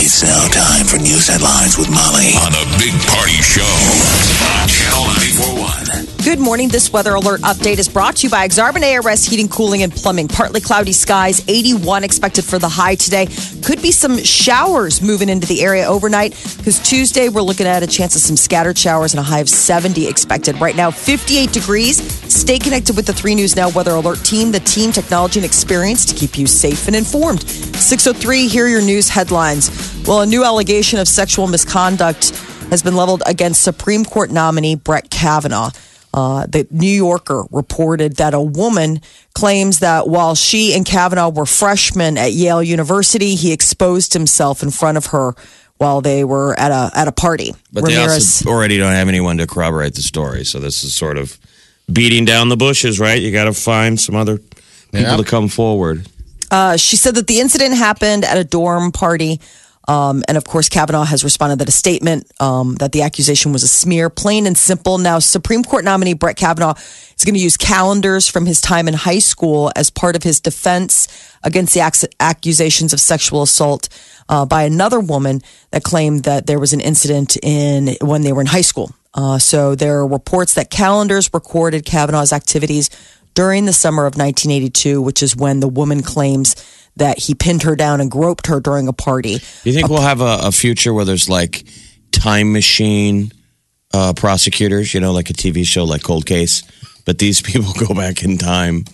It's now time for news headlines with Molly on a big party show on Channel 941. Good morning. This weather alert update is brought to you by Exarban ARS Heating, Cooling, and Plumbing. Partly cloudy skies, 81 expected for the high today. Could be some showers moving into the area overnight because Tuesday we're looking at a chance of some scattered showers and a high of 70 expected. Right now, 58 degrees. Stay connected with the 3 News Now Weather Alert team, the team, technology, and experience to keep you safe and informed. 603, here are your news headlines. Well, a new allegation of sexual misconduct has been leveled against Supreme Court nominee Brett Kavanaugh. Uh, the New Yorker reported that a woman claims that while she and Kavanaugh were freshmen at Yale University, he exposed himself in front of her while they were at a at a party. But they also already don't have anyone to corroborate the story. So this is sort of beating down the bushes, right? You got to find some other people Yeah. to come forward. Uh, she said that the incident happened at a dorm party. Um, and of course, Kavanaugh has responded that a statement um, that the accusation was a smear, plain and simple. Now, Supreme Court nominee Brett Kavanaugh is going to use calendars from his time in high school as part of his defense against the ac- accusations of sexual assault uh, by another woman that claimed that there was an incident in when they were in high school. Uh, so there are reports that calendars recorded Kavanaugh's activities during the summer of 1982, which is when the woman claims that he pinned her down and groped her during a party. Do you think we'll have a, a future where there's like time machine uh, prosecutors? You know, like a TV show, like Cold Case. But these people go back in time.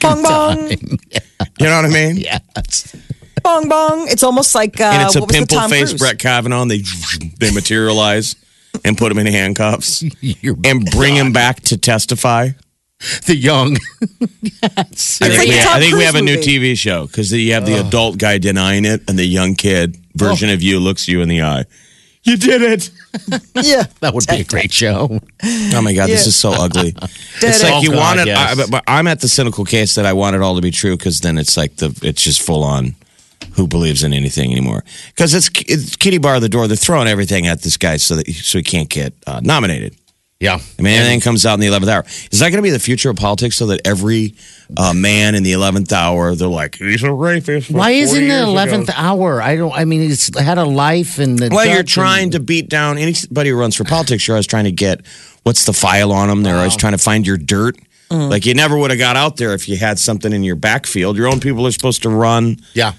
Bong bong, You know what I mean? Yeah. bong bong. It's almost like uh, and it's a what was the pimple Tom faced Cruise? Brett Kavanaugh. And they they materialize and put him in handcuffs You're and bring him back to testify. the young. I think, It's like we, the Tom I think we Cruise have a new movie. TV show because you have the adult guy denying it, and the young kid version of you looks you in the eye. You did it! Yeah, That would be a great show. Oh my god, this Yeah. is so ugly. it's it. like you Oh, God, want it, yes. I, but, but I'm at the cynical case that I want it all to be true because then it's like the it's just full on. Who believes in anything anymore? Because it's, it's kitty bar the door. They're throwing everything at this guy so that so he can't get uh, nominated. Yeah. I mean, anything comes out in the eleventh hour. Is that going to be the future of politics? So that every uh, man in the eleventh hour, they're like, he's a rapist. from Why is 40 in the years ago." eleventh hour? I don't. I mean, he's had a life in the. Well, you're dark trying and- to beat down anybody who runs for politics. You're always trying to get what's the file on them. They're always trying to find your dirt. Mm. Like you never would have got out there if you had something in your backfield. Your own people are supposed to run, Yeah.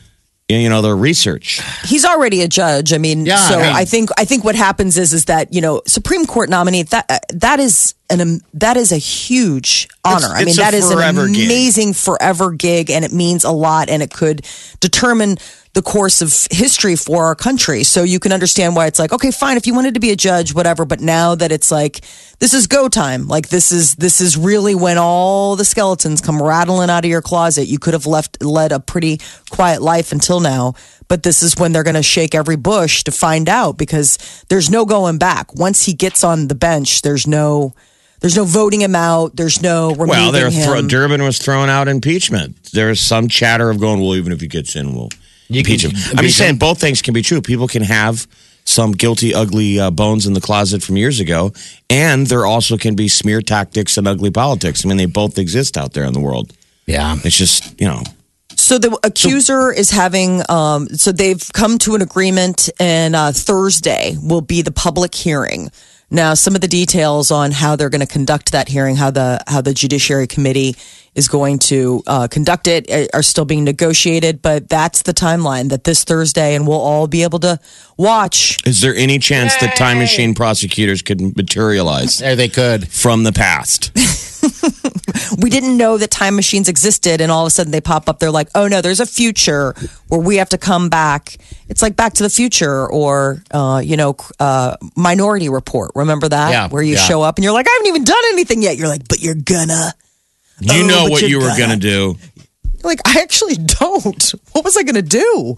you know, their research. he's already a judge. I mean, Yeah, so I I, mean- think I think what happens is is that you know Supreme Court nominee that uh, that is an um, that is a huge honor. I mean, it's a that is an forever gig. amazing forever gig, and it means a lot, and it could determine the course of history for our country. So you can understand why it's like, okay, fine, if you wanted to be a judge, whatever. But now that it's like this is go time, like this is this is really when all the skeletons come rattling out of your closet. You could have left led a pretty quiet life until now, but this is when they're going to shake every bush to find out because there's no going back. Once he gets on the bench, there's no. There's no voting him out. There's no removing Well, they're thro- him. Durbin was throwing out impeachment. There's some chatter of going, well, even if he gets in, we'll impeach can him. I'm just impeach him. saying both things can be true. People can have some guilty, ugly uh, bones in the closet from years ago, and there also can be smear tactics and ugly politics. I mean, they both exist out there in the world. Yeah. It's just, you know, So the accuser is having. Um, so they've come to an agreement, and uh, Thursday will be the public hearing. Now, some of the details on how they're going to conduct that hearing, how the how the Judiciary Committee is going to uh, conduct it, uh, are still being negotiated. But that's the timeline that this Thursday, and we'll all be able to watch. is there any chance that time machine prosecutors could materialize There they could. from the past? we didn't know that time machines existed and all of a sudden they pop up they're like oh no there's a future where we have to come back it's like back to the future or uh, you know uh, minority report remember that Yeah, where you yeah. show up and you're like i haven't even done anything yet you're like but you're gonna You Oh, know but what you're you were gonna- going to do. You're like i actually don't what was i gonna do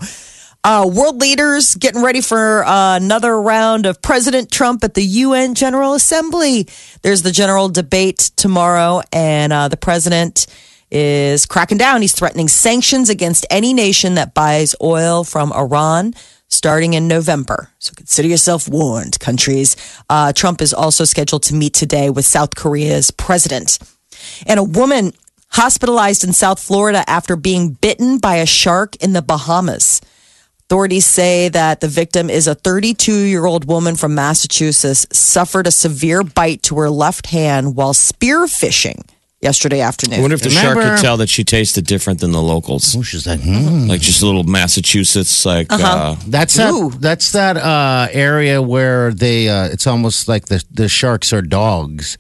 Uh, world leaders getting ready for uh, another round of President Trump at the UN General Assembly. There's the general debate tomorrow, and uh, the president is cracking down. He's threatening sanctions against any nation that buys oil from Iran starting in November. So consider yourself warned, countries. Uh, Trump is also scheduled to meet today with South Korea's president. And a woman hospitalized in South Florida after being bitten by a shark in the Bahamas. Authorities say that the victim is a 32 year old woman from Massachusetts, suffered a severe bite to her left hand while spearfishing yesterday afternoon. I wonder if the shark Remember- could tell that she tasted different than the locals. Oh, she's like, hmm. Like just a little Massachusetts, like uh That's that. Ooh. That's that uh, area where they. Uh, it's almost like the the sharks are dogs.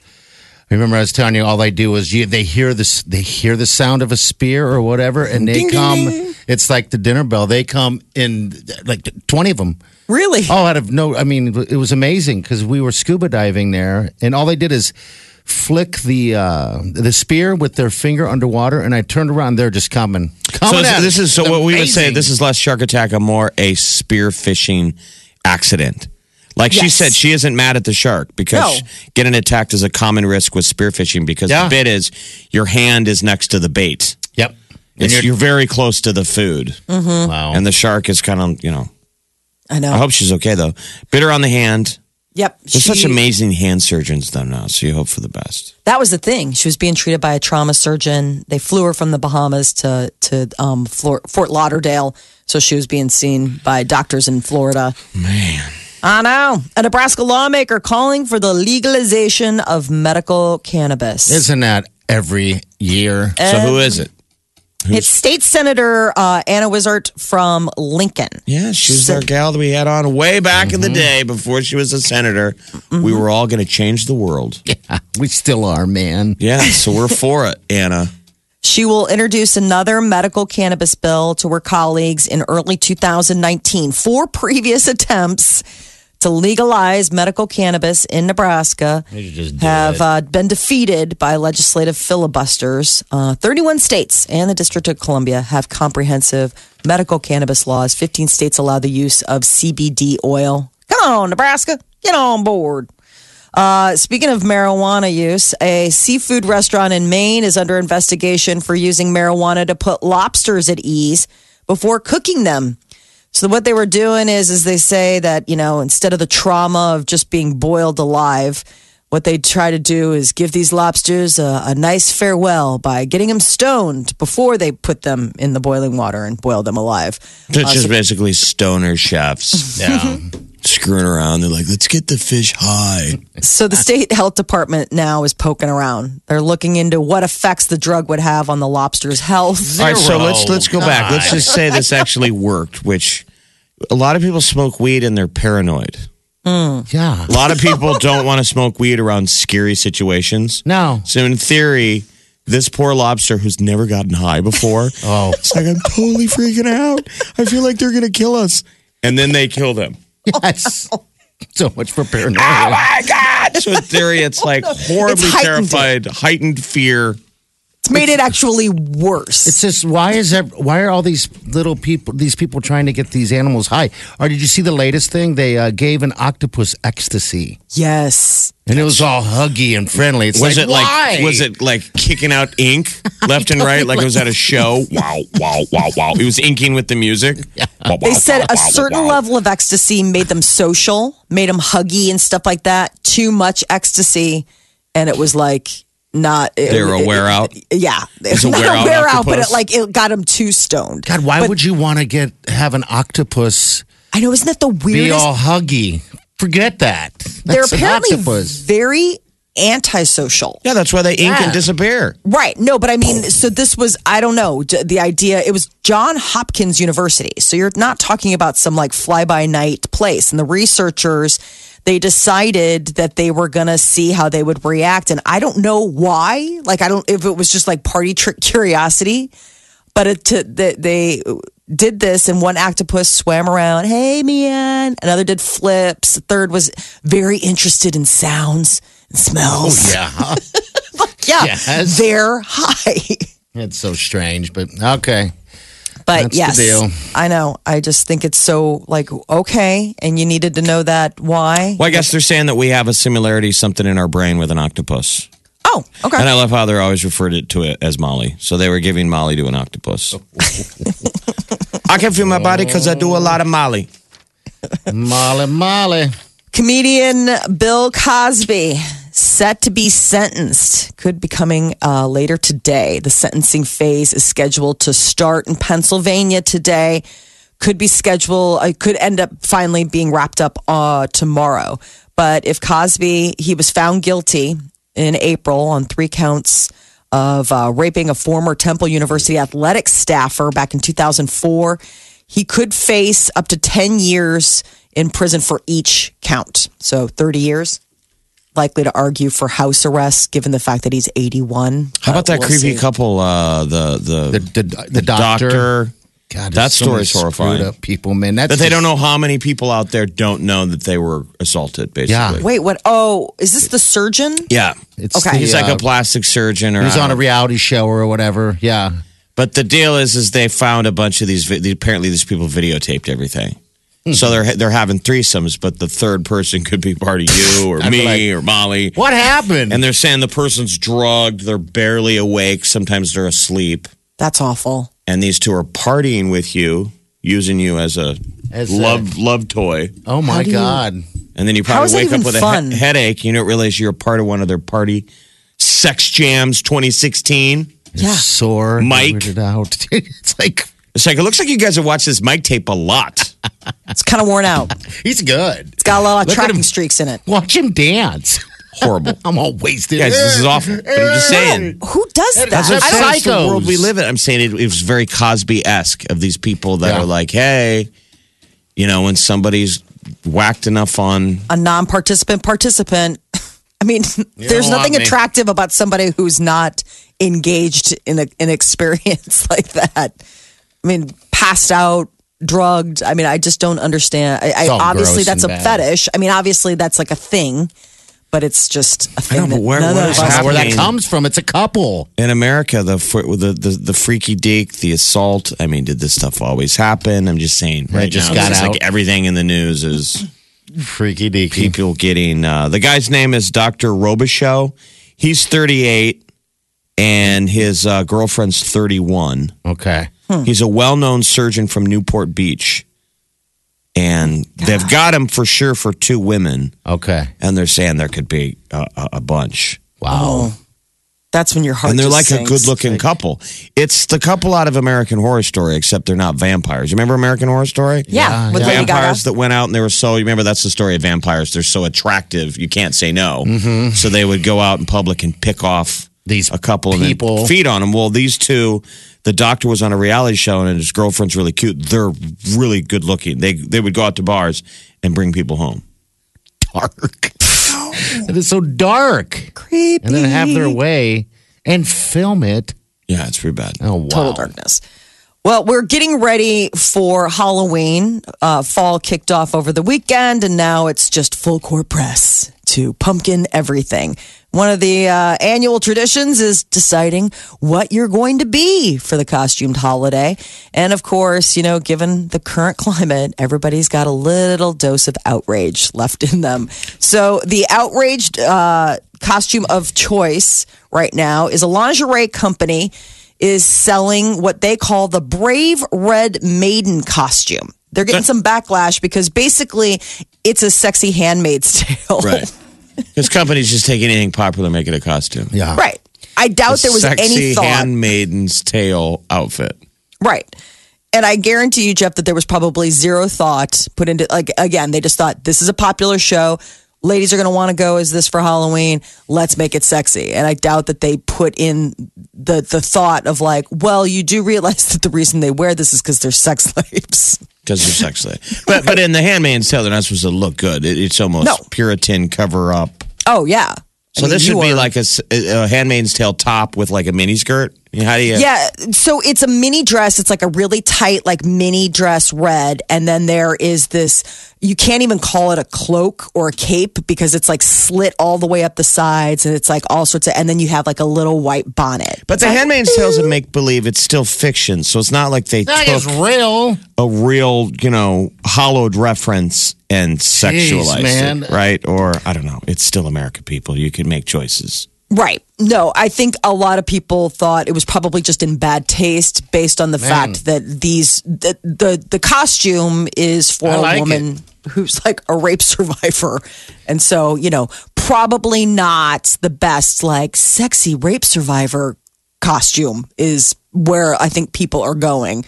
Remember, I was telling you, all they do is you, they hear this. They hear the sound of a spear or whatever, and they come. It's like the dinner bell. They come in like twenty of them. really? Oh. All out of no. I mean, it was amazing because we were scuba diving there, and all they did is flick the uh, the spear with their finger underwater. And I turned around, they're just coming. So coming this, at this it. is so what we would say. Oh, Amazing. This is less shark attack and more a spear fishing accident. Like she Yes. said, she isn't mad at the shark because No. getting attacked is a common risk with spearfishing because Yeah. the bit is your hand is next to the bait. Yep. It's, you're, very close to the food, Wow. and the shark is kind of you know. I know. I hope she's okay though. Bit her on the hand. yep. There's she- Uh-huh. such amazing hand surgeons though now, so you hope for the best. That was the thing. She was being treated by a trauma surgeon. They flew her from the Bahamas to to um, Flor- Fort Lauderdale, so she was being seen by doctors in Florida. Man, I know. A Nebraska lawmaker calling for the legalization of medical cannabis. Isn't that every year? so who is it? it's State Senator uh, Anna Wizard from Lincoln. Yeah, she was our gal that we had on way back in the day before she was a senator. We were all going to change the world. We still are, man. Yeah, so we're for it, Anna. She will introduce another medical cannabis bill to her colleagues in early 2019. Four previous attempts to legalize medical cannabis in Nebraska have uh, been defeated by legislative filibusters. Uh, 31 states and the District of Columbia have comprehensive medical cannabis laws. 15 states allow the use of CBD oil. Come on, Nebraska, get on board. Uh, speaking of marijuana use, a seafood restaurant in Maine is under investigation for using marijuana to put lobsters at ease before cooking them. So what they were doing is, is they say that you know instead of the trauma of just being boiled alive, what they try to do is give these lobsters a, a nice farewell by getting them stoned before they put them in the boiling water and boil them alive. It's just basically stoner chefs Yeah. screwing around. They're like, let's get the fish high. So the state health department now is poking around. They're looking into what effects the drug would have on the lobster's health. All right, so Zero. let's let's go back. Let's just say this actually worked, which a lot of people smoke weed and they're paranoid. yeah. A lot of people don't want to smoke weed around scary situations. No. So in theory, this poor lobster who's never gotten high before. Oh. It's like I'm totally freaking out. I feel like they're gonna kill us. And then they kill them. Yes. so much for paranoia. My God. So in theory, it's like horribly It's heightened. terrified, heightened fear. It's made it actually worse. It's just why is that? Why are all these little people, these people trying to get these animals high? Or did you see the latest thing? They uh, gave an octopus ecstasy, yes. and it was all huggy and friendly. It's Was like, it like why? was it like kicking out ink left and right? Like it was at a show. Wow, wow, wow, wow. It was inking with the music. Wow, They wow, said wow, a wow, certain wow. level of ecstasy made them social, made them huggy and stuff like that. Too much ecstasy. And it was like not. it- They were a it- wear out. Yeah. It's a Not wear out but octopus. it like it got them too stoned. God, why would you want to get have an octopus I know, isn't that the be weirdest? all huggy? Forget that. They're That's an apparently octopus. very antisocial. Yeah, that's why they ink and Yeah. disappear. Right. No, but I mean, so this was, I don't know, d- the idea, it was John Hopkins University. So you're not talking about some like fly by night place. And the researchers, they decided that they were going to see how they would react. And I don't know why. Like, I don't, if it was just like party trick curiosity, but it to, that they did this and one octopus swam around hey man another did flips a third was very interested in sounds and smells Yeah, yeah Yes. they're high it's so strange, but okay. But That's the yes, deal. I know. I just think it's so like okay, and you needed to know that why. Well, I guess they're saying that we have a similarity, something in our brain with an octopus. Oh, okay. And I love how they're always referred it to it as Molly. So they were giving Molly to an octopus. I can feel my body because I do a lot of Molly. Molly, Molly. Comedian Bill Cosby, set to be sentenced, could be coming uh, later today. The sentencing phase is scheduled to start in Pennsylvania today. Could be scheduled, uh, could end up finally being wrapped up uh, tomorrow. But if Cosby, he was found guilty in April on three counts of uh, raping a former Temple University athletics staffer back in 2004. He could face up to 10 years in prison for each count. So 30 years. Likely to argue for house arrest given the fact that he's 81. How about But that we'll creepy see. couple? Uh, the The, the, the, the doctor. That God, there's so many story's horrifying. screwed Up people, man. That's that they just- don't know how many people out there don't know that they were assaulted. Basically, Yeah. Wait, what? Oh, is this the surgeon? yeah. It's Okay. okay. He's like a plastic surgeon, or He was I on a don't- reality show or whatever. Yeah. But the deal is, is they found a bunch of these. vi- Apparently, these people videotaped everything. Hmm. So they're they're having threesomes, but the third person could be part of you or me or Molly. What happened? And they're saying the person's drugged. They're barely awake. Sometimes they're asleep. That's awful. And these two are partying with you, using you as a As a- love love toy. oh my God. And then you How probably is that wake up even with fun? a he- headache. You don't realize you're a part of one of their party sex jams 2016. You're Yeah. Sore. Mike. weirded out. it's like It's like, it looks like you guys have watched this mic tape a lot. It's kind of worn out. he's good. It's got a lot of Look at tracking him. streaks in it. Watch him dance. Horrible. I'm all wasted. guys, this is awful. But I'm just saying. Who does that? That's what I I'm don't saying. like the Psychos. world we live in. I'm saying it, it was very Cosby esque of these people that Yeah. are like, hey, you know, when somebody's whacked enough on a non-participant participant. I mean, there's don't want nothing me. attractive about somebody who's not engaged in a, an experience like that. I mean, passed out, drugged. I mean, I just don't understand. I, I It's all obviously gross that's a and bad. fetish. I mean, obviously that's like a thing, but it's just a thing. know, but that where- none where of is I don't us know where that Happening. comes from. It's a couple. in America, the, fr- the the the freaky deek, the assault. I mean, did this stuff always happen? I'm just saying. Right just now, got it's like out. everything in the news is Freaky deaky. people getting. Uh, the guy's name is Doctor Robichaux. He's 38, and his uh, girlfriend's 31. Okay. He's a well-known surgeon from Newport Beach, and they've got him for sure for two women, Okay. and they're saying there could be a, a, a bunch. Wow. Oh. That's when your heart. and they're like just a sinks. good-looking couple. It's the couple out of American Horror Story, except they're not vampires. You remember American Horror Story? Yeah, Yeah, with yeah. Lady Gaga. Vampires that went out and they were so. You remember that's the story of vampires. They're so attractive, you can't say no. Mm-hmm. So they would go out in public and pick off These a couple and then people. feed on them. Well, these two, the doctor was on a reality show and his girlfriend's really cute. They're really good-looking. They they would go out to bars and bring people home. Dark. it is so dark. Creepy. And then have their way and film it. Yeah, it's pretty bad. Oh wow. total darkness. Well, we're getting ready for Halloween. Uh, fall kicked off over the weekend, and now it's just full court press to pumpkin everything. One of the uh, annual traditions is deciding what you're going to be for the costumed holiday. And of course, you know, given the current climate, everybody's got a little dose of outrage left in them. So the outraged uh, costume of choice right now is a lingerie company is selling what they call the Brave Red Maiden costume. They're getting some backlash because basically it's a sexy handmaid's tale. Right. This company's just take anything popular, make it a costume. Yeah. Right. I doubt there was sexy any thought. handmaiden's tale outfit. Right. And I guarantee you, Jeff, that there was probably zero thought put into like again, they just thought this is a popular show. Ladies are going to want to go as this for Halloween. Let's make it sexy. And I doubt that they put in the the thought of like, well, you do realize that the reason they wear this is because they're sex slaves. Because they're sex slave. But but in the Handmaid's Tale, they're not supposed to look good. It, it's almost No. Puritan cover up. Oh yeah. I So mean, this you should be are- like a, s- a- a Handmaid's Tale top with like a mini skirt. How do you? Yeah, so it's a mini dress. It's like a really tight, like mini dress red, and then there is this. You can't even call it a cloak or a cape because it's like slit all the way up the sides, and it's like all sorts of. And then you have like a little white bonnet. But the Handmaid's Tale's a make believe. It's still fiction, so it's not like they That took is real. a real, you know, hollowed reference and sexualized man. it, right? Or I don't know. It's still America, people. You can make choices. Right. No, I think a lot of people thought it was probably just in bad taste based on the fact that these the the, the costume is for I a like woman who's like a rape survivor. And so, you know, probably not the best like sexy rape survivor costume is where I think people are going.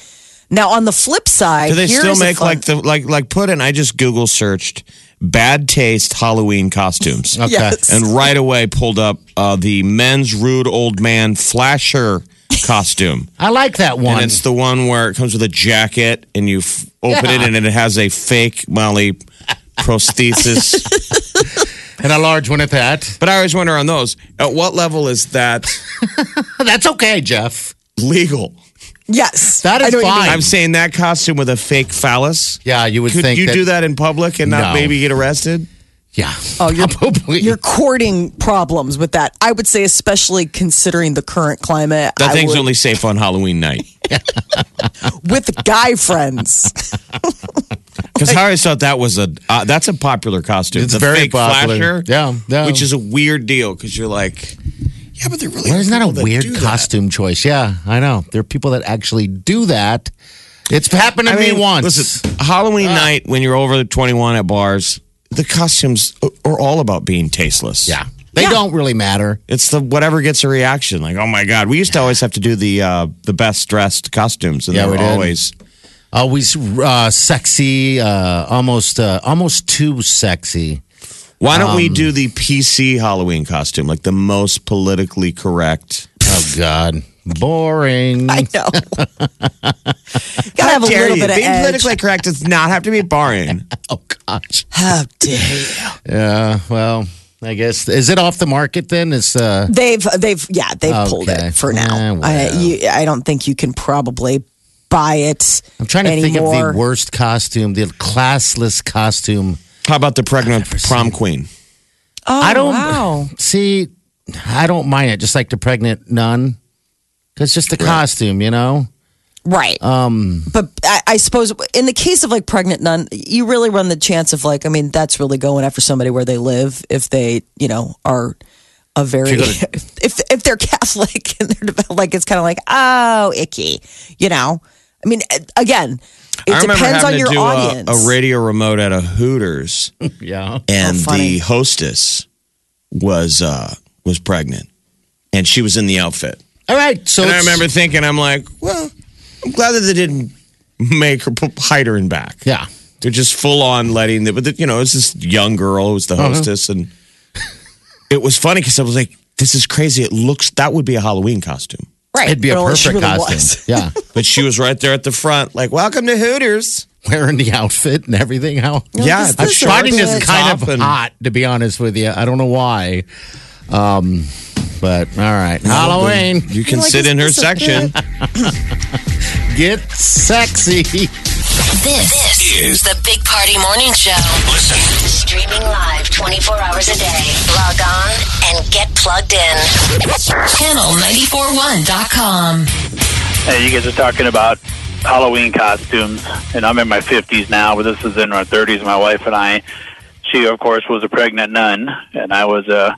Now on the flip side, Do they here still is a make fun- like the like like put in? I just Google searched bad taste Halloween costumes, Okay. Yes. and right away pulled up uh, the men's rude old man flasher costume. I like that one. And it's the one where it comes with a jacket and you f- open it and it has a fake Molly prosthesis. and a large one at that. but I always wonder on those, at what level is that That's okay, Jeff. legal? Yes. That I is know what you mean. fine. I'm saying that costume with a fake phallus. Yeah, you would Could think you that, do that in public and not No. maybe get arrested? Yeah. Oh, you're- probably. you're courting problems with that. I would say, especially considering the current climate, That I thing's would- only safe on Halloween night. with guy friends. Because I always thought that was a uh, that's a popular costume. It's the very fake popular. flasher, Yeah, yeah. which is a weird deal because you're like, yeah, but they're really Well, isn't that a people that do weird that. costume choice? Yeah, I know. There are people that actually do that. It's happened to me once. Ah. Listen, Halloween night when you're over 21 at bars, the costumes are all about being tasteless. yeah, they don't really matter. It's the whatever gets a reaction. Like, oh my god, we used to always have to do the uh, the best dressed costumes, and Yeah, they we were did. always Always uh, sexy, uh, almost uh, almost too sexy. Why don't Um, we do the PC Halloween costume, like the most politically correct? Oh God, boring. I know. Gotta have a Dare little you. bit of being edge. politically correct does not have to be boring. oh gosh. How dare you? Yeah. Well, I guess is it off the market then? It's uh, They've they've yeah they've pulled Okay. it for now. Eh, well. I you, I don't think you can probably buy it. I'm trying to think of anymore. the worst costume, the classless costume. How about the pregnant prom queen? Oh, I don't Wow. see. I don't mind it. Just like the pregnant nun, 'Cause just the costume, you know. Right. Um. But I, I suppose in the case of like pregnant nun, you really run the chance of like I mean that's really going after somebody where they live if they you know are. A very if if they're Catholic and they're devout, like it's kind of like oh icky, you know. I mean, eh, again, I it remember depends having on to your do a- audience. a radio remote at a Hooters. Yeah. and Oh, funny. the hostess was uh was pregnant and she was in the outfit All right. So and i it's- remember thinking i'm like well i'm glad that they didn't make her put, hide her in back Yeah. they're just full on letting the but the, you know it's this young girl who was the Uh-huh. hostess and it was funny because i was like this is crazy it looks that would be a halloween costume right? It'd be a Well, she perfect really costume. was. Yeah. but she was right there at the front like welcome to hooters Wearing the outfit and everything. How? yeah I'm the this finding shorts this and kind top of and- hot, to be honest with you. I don't know why. Um, but all right. Halloween. you can like, sit is in her this a section Get sexy. This, is the Big Party Morning Show. Listen. Streaming live 24 hours a day. Log on and get plugged in. Channel941.com. Hey, you guys are talking about Halloween costumes, and I'm in my 50s now, but this is in our 30s. My wife and I, she, of course, was a pregnant nun, and I was a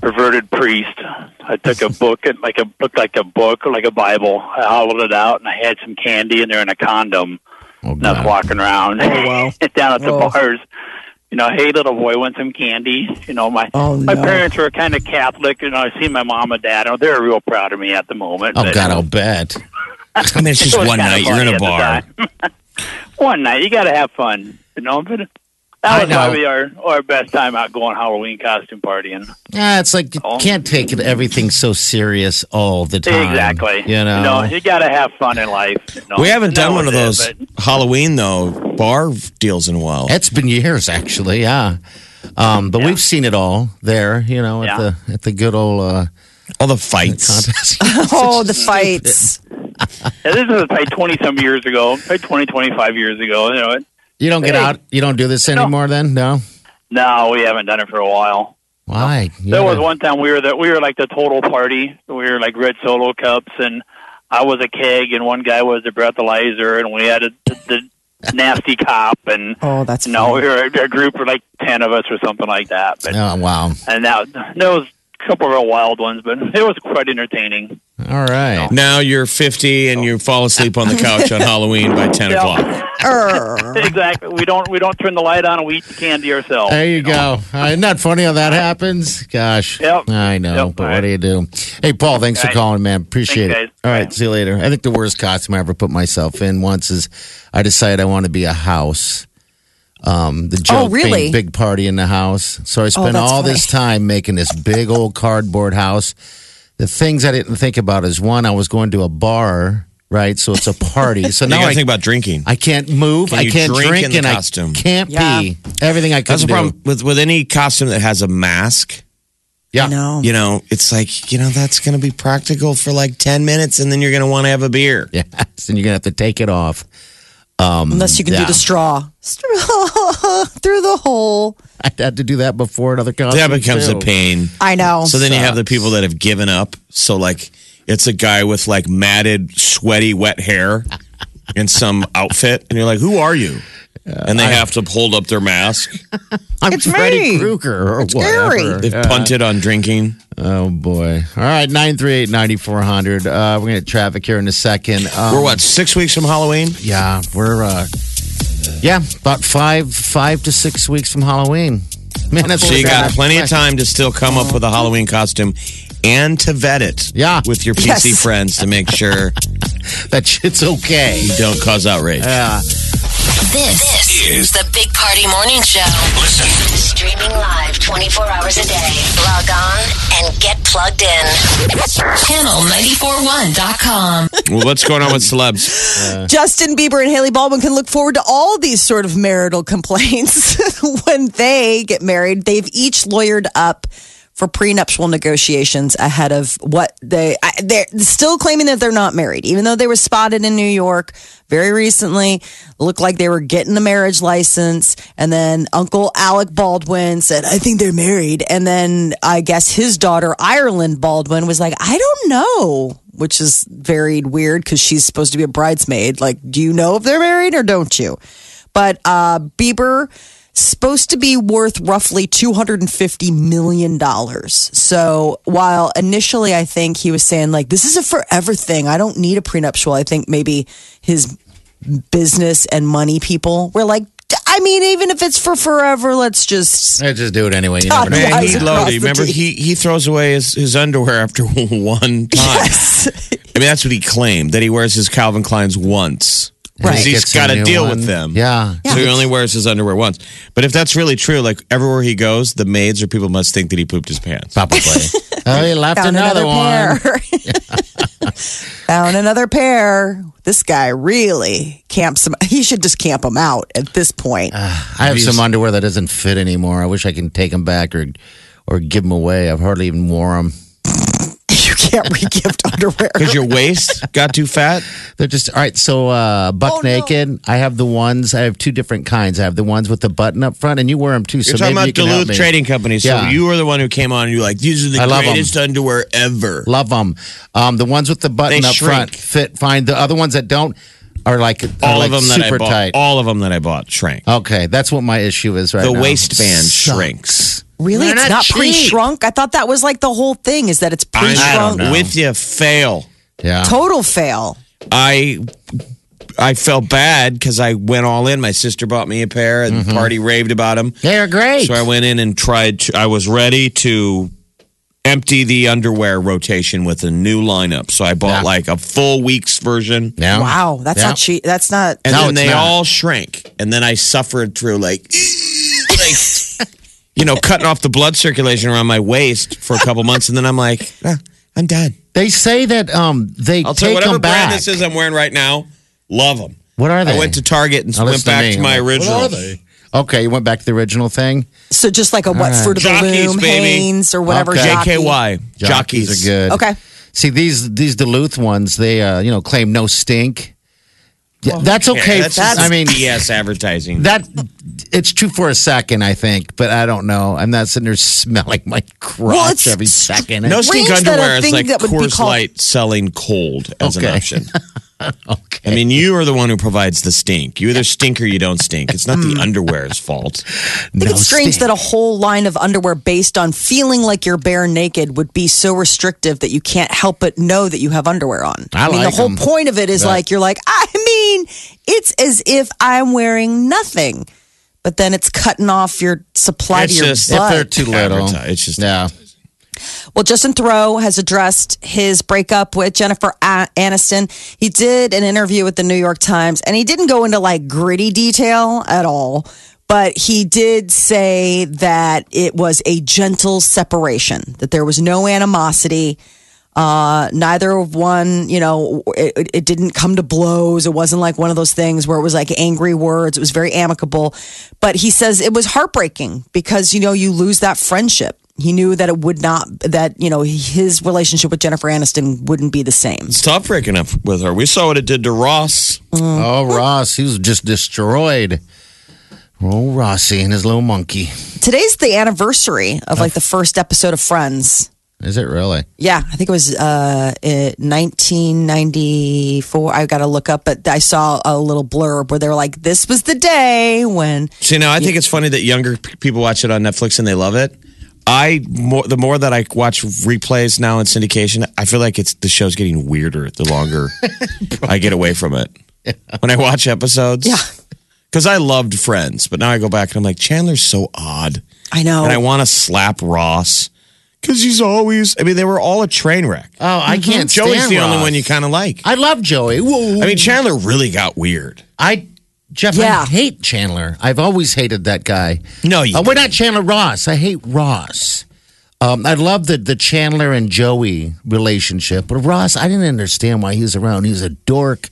perverted priest. I took a book, it like a looked like a book, like a Bible. I hollowed it out, and I had some candy in there and a condom. Oh, and I was walking around down at the bars. You know, hey, little boy, want some candy? You know, my Oh, my no. parents were kind of Catholic. You know, I see my mom and dad. Oh, they're real proud of me at the moment. Oh but- God, I'll bet. i mean it's just it was one kinda night you're in funny a at the bar time. one night, you got to have fun, you know. But I that was know. probably our our best time out going Halloween costume partying. Yeah, it's like you Oh. can't take it- everything so serious all the time. Exactly. You know. you, got to have fun in life. you know. We haven't And that done one of was those It, but Halloween though bar deals in a while. It's been years, actually. Yeah. Um, but we've seen it all there. You know, at Yeah. the at the good old. Uh, All the fights. Oh, the fights. And this is probably 20 some years ago, probably 20, 25 years ago. You know, it, You don't get Hey. out. You don't do this anymore. Then no. no, we haven't done it for a while. Why? You There was gotta- one time we were the, we were like the total party. We were like red solo cups, and I was a keg, and one guy was a breathalyzer, and we had a, the, the nasty cop, and Oh, that's no, we were a, a group of like ten of us or something like that. But Oh wow! and that there was a couple of real wild ones, but it was quite entertaining. All right. Now you're 50 and you fall asleep on the couch on Halloween by 10 Yeah. o'clock. Err. exactly, we don't we don't turn the light on, and we eat the candy ourselves. There you go. Uh, Isn't that funny how that happens? Gosh. Yep. I know, Yep. but what do you do? Hey, Paul, thanks for All right. calling, man. Appreciate Thanks, it. guys. All right, see you later. I think the worst costume I ever put myself in once is I decided I want to be a house. Um, the joke Oh, really? being big party in the house. So Oh, I spent that's all this time making this big old cardboard house. The things I didn't think about is one, I was going to a bar, right? So it's a party. So Now now you got I to think about drinking. I can't move. Can I you can't drink drink, in the and costume? I can't Yeah. pee. Everything I could That's the do. problem with, with any costume that has a mask. Yeah. No. You know, it's like, you know, that's going to be practical for like 10 minutes and then you're going to want to have a beer. Yes, and you're gonna have to take it off. Unless you can do Yeah. the straw. Straw through the hole. I had to do that before another costume. That becomes too. a pain. I know. So then you have the people that have given up. So like it's a guy with like matted, sweaty, wet hair in some outfit, and you're like, "Who are you?" and they have to hold up their mask. I'm It's Freddy me. Krueger or Gary. whatever. They've punted on drinking. Oh boy! All right, nine three eight ninety four hundred. Uh, we're gonna hit traffic here in a second. Um, We're what six weeks from Halloween. Yeah, we're uh, yeah, about five five to six weeks from Halloween. Man, that's So you got Yeah. plenty of time to still come up with a Halloween costume and to vet it Yeah. with your PC Yes. friends to make sure That shit's okay. you don't cause outrage. This, is the Big Party Morning Show. Listen. Streaming live 24 hours a day. Log on and get plugged in. Channel941.com. Well, what's going on with celebs? Justin Bieber and Haley Baldwin can look forward to all these sort of marital complaints when they get married. They've each lawyered up for prenuptial negotiations ahead of what they I, they're still claiming that they're not married, even though they were spotted in New York very recently. Looked like they were getting the marriage license, and then Uncle Alec Baldwin said, "I think they're married," and then I guess his daughter Ireland Baldwin was like, "I don't know." which is very weird because she's supposed to be a bridesmaid. Like, do you know if they're married or don't you? But uh, Bieber supposed to be worth roughly two hundred and fifty million dollars. So while initially I think he was saying like this is a forever thing, I don't need a prenuptial. I think maybe his business and money people were like, I mean, even if it's for forever, let's just I just do it anyway. You never know. Man, Eyes Heath across Lodi. the Remember, teeth. he, he throws away his, his underwear after one time. I mean, that's what he claimed that he wears his Calvin Kleins once. Because Right. he's Gets got a to new deal one. with them. Yeah. So he only wears his underwear once. But if that's really true, like everywhere he goes, the maids or people must think that he pooped his pants. Probably. oh, he left found another, another, one. pair. found another pair. This guy really camps them. He should just camp them out at this point. I have some underwear that doesn't fit anymore. I wish I can take them back or or give them away. I've hardly even worn them. you can't regift underwear. Because your waist got too fat? They're just all right. So uh, buck naked. I have the ones. I have two different kinds. I have the ones with the button up front, and you wear them too. You're so talking about maybe you can help Duluth me. Trading Company. So Yeah. you were the one who came on and you were like, these are the I love 'em. greatest underwear ever. Love them. Um, the ones with the button They up front shrink. fit fine. The other ones that don't are like are All like of them that I super bought. tight. All of them that I bought shrank. okay, that's what my issue is right the now. waistband Sucks. shrinks. Really? They're it's not not cheap. pre-shrunk? I thought that was like the whole thing is that it's I'm pre-shrunk. with you. Fail. Yeah. Total fail. I I felt bad because I went all in. My sister bought me a pair, and Mm-hmm. the party raved about them. They're great. So I went in and tried. To, I was ready to empty the underwear rotation with a new lineup. So I bought Yeah. like a full week's version. Yeah. Wow, that's Yeah. not cheap. That's not. And No, then it's they not. all shrank. And then I suffered through like, like, you know, cutting off the blood circulation around my waist for a couple months. And then I'm like, "Ah, I'm done. They say that um they I'll tell you take whatever them back. brand this is I'm wearing right now. Love them. What are they? I went to Target and Now went listen to back me. to my What original. are they? Okay, you went back to the original thing. So just like a what fruit of the Jockeys, loom, baby. Hanes or whatever. Okay. jockey. JKY. Jockeys. are good. Okay. See these these Duluth ones, they uh, you know claim no stink. Yeah, that's Yeah, okay. that's, I mean BS advertising. that it's true for a second, I think, but I don't know. I'm not sitting there smelling my crotch Well, it's- every second. no stink Rings that are underwear is thing like that would be Coors called- Light selling cold as an Okay. option. okay. I mean, you are the one who provides the stink. You either stink or you don't stink. It's not Hmm. the underwear's fault. I think No it's strange stink. that a whole line of underwear based on feeling like you're bare naked would be so restrictive that you can't help but know that you have underwear on. I mean, the like whole 'em. point of it is like you're like, I mean, it's as if I'm wearing nothing, but then it's cutting off your supply It's to your just- if if butt. they're too little, Advertise. It's just- yeah. Well, Justin Thoreau has addressed his breakup with Jennifer A- Aniston. He did an interview with the New York Times, and he didn't go into like gritty detail at all, but he did say that it was a gentle separation, that there was no animosity. Uh, neither of one, you know, it, it- it didn't come to blows. It wasn't like one of those things where it was like angry words. It was very amicable. But he says it was heartbreaking because, you know, you lose that friendship. He knew that it would not, that, you know, his relationship with Jennifer Aniston wouldn't be the same. Stop breaking up with her. We saw what it did to Ross. Mm. Oh, Ross, he was just destroyed. Oh, Rossi and his little monkey. Today's the anniversary of like the first episode of Friends. Is it really? Yeah, I think it was uh, eh, 1994. I got to look up, but I saw a little blurb where they were like, this was the day when. See, now I think it's funny that younger p- people watch it on Netflix and they love it. I more, the more that I watch replays now in syndication, I feel like it's the show's getting weirder the longer I get away from it. When I watch episodes, Yeah. because I loved Friends, but now I go back and I'm like Chandler's so odd, I know. Oh. and I want to slap Ross because he's always. I mean, they were all a train wreck. Mm-hmm. Oh, I can't. Joey's stand the only Ross. one you kind of like. I love Joey. Whoa. I mean, Chandler really got weird. I Jeff, Yeah. I hate Chandler. I've always hated that guy. No, you uh, we're not Chandler Ross. I hate Ross. Um, I love the the Chandler and Joey relationship, but Ross, I didn't understand why he was around. He was a dork.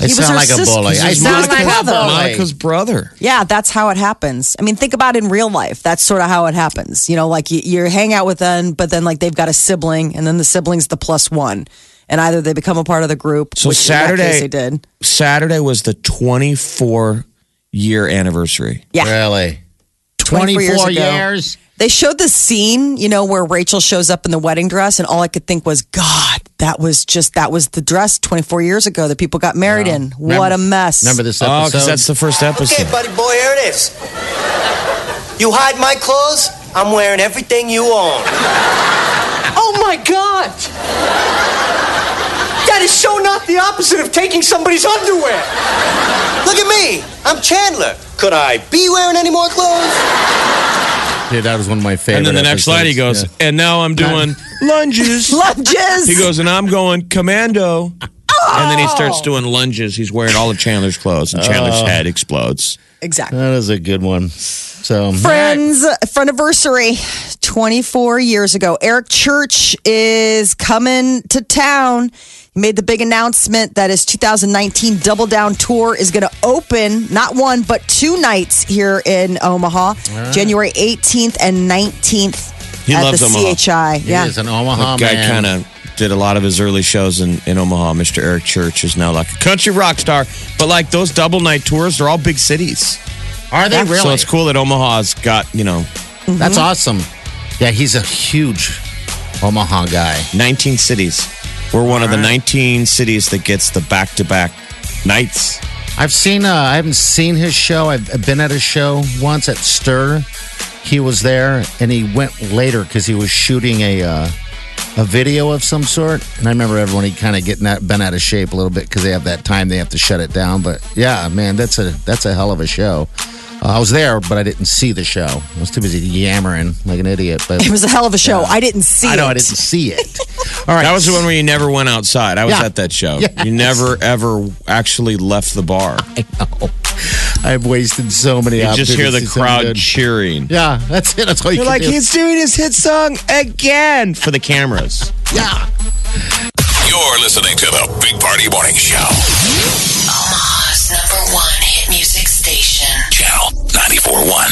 I He was sound her like a sis- bully. he I was Monica's brother. Monica's brother. Yeah, that's how it happens. I mean, think about it in real life. That's sort of how it happens. You know, like you, you hang out with them, but then like they've got a sibling, and then the sibling's the plus one, and either they become a part of the group. So which in that Saturday- case they did. Saturday was the 24 year anniversary. Yeah. Really, 24 years twenty-four ago. years. They showed the scene, you know, where Rachel shows up in the wedding dress, and all I could think was, God, that was just that was the dress 24 years ago that people got married in. what a mess. Remember this Oh, episode? because that's the first episode. Okay, buddy boy, here it is. You hide my clothes, I'm wearing everything you own. oh my god! That is so not the opposite of taking somebody's underwear! Look at me! I'm Chandler. Could I be wearing any more clothes? Dude, that was one of my favorite. and then the next slide, he goes, episodes. and now I'm doing lunges. Lunges. he goes, and I'm going commando. And then he starts Oh. doing lunges. He's wearing all of Chandler's clothes, and Chandler's head explodes. exactly. Yeah. That is a good one. So Friends, friendiversary, 24 years ago. Eric Church is coming to town. He made the big announcement that his 2019 Double Down Tour is going to open not one, but two nights here in Omaha, January 18th and 19th He at loves the Omaha. CHI. He yeah. is an Omaha Guy Oh, man. kind of did a lot of his early shows in, in Omaha. Mr. Eric Church is now like a country rock star. But like those double night tours, they're all big cities. Are they really? So it's cool that Omaha's got, you know, That's awesome. Yeah, he's a huge Omaha guy. 19 cities. We're one of the 19 cities that gets the back to back nights. I've seen. Uh, I haven't seen his show. I've I've been at his show once at Stir. He was there, and he went later because he was shooting a uh, a video of some sort. And I remember everyone he kind of getting that bent out of shape a little bit because they have that time they have to shut it down. But yeah, man, that's a that's a hell of a show. Uh, I was there, but I didn't see the show. I was too busy yammering like an idiot. But It was a hell of a show. I didn't see I know it. I didn't see it. All right, That was the one where you never went outside. I was Yeah. at that show. Yes. You never, ever actually left the bar. I've wasted so many. You just hear opportunities the to sound crowd good. cheering. Yeah, that's it. That's all you You're can like, do. he's doing his hit song again for the cameras. yeah. You're listening to the Big Party Morning Show. Omaha's number one hit music station. Channel Channel 941.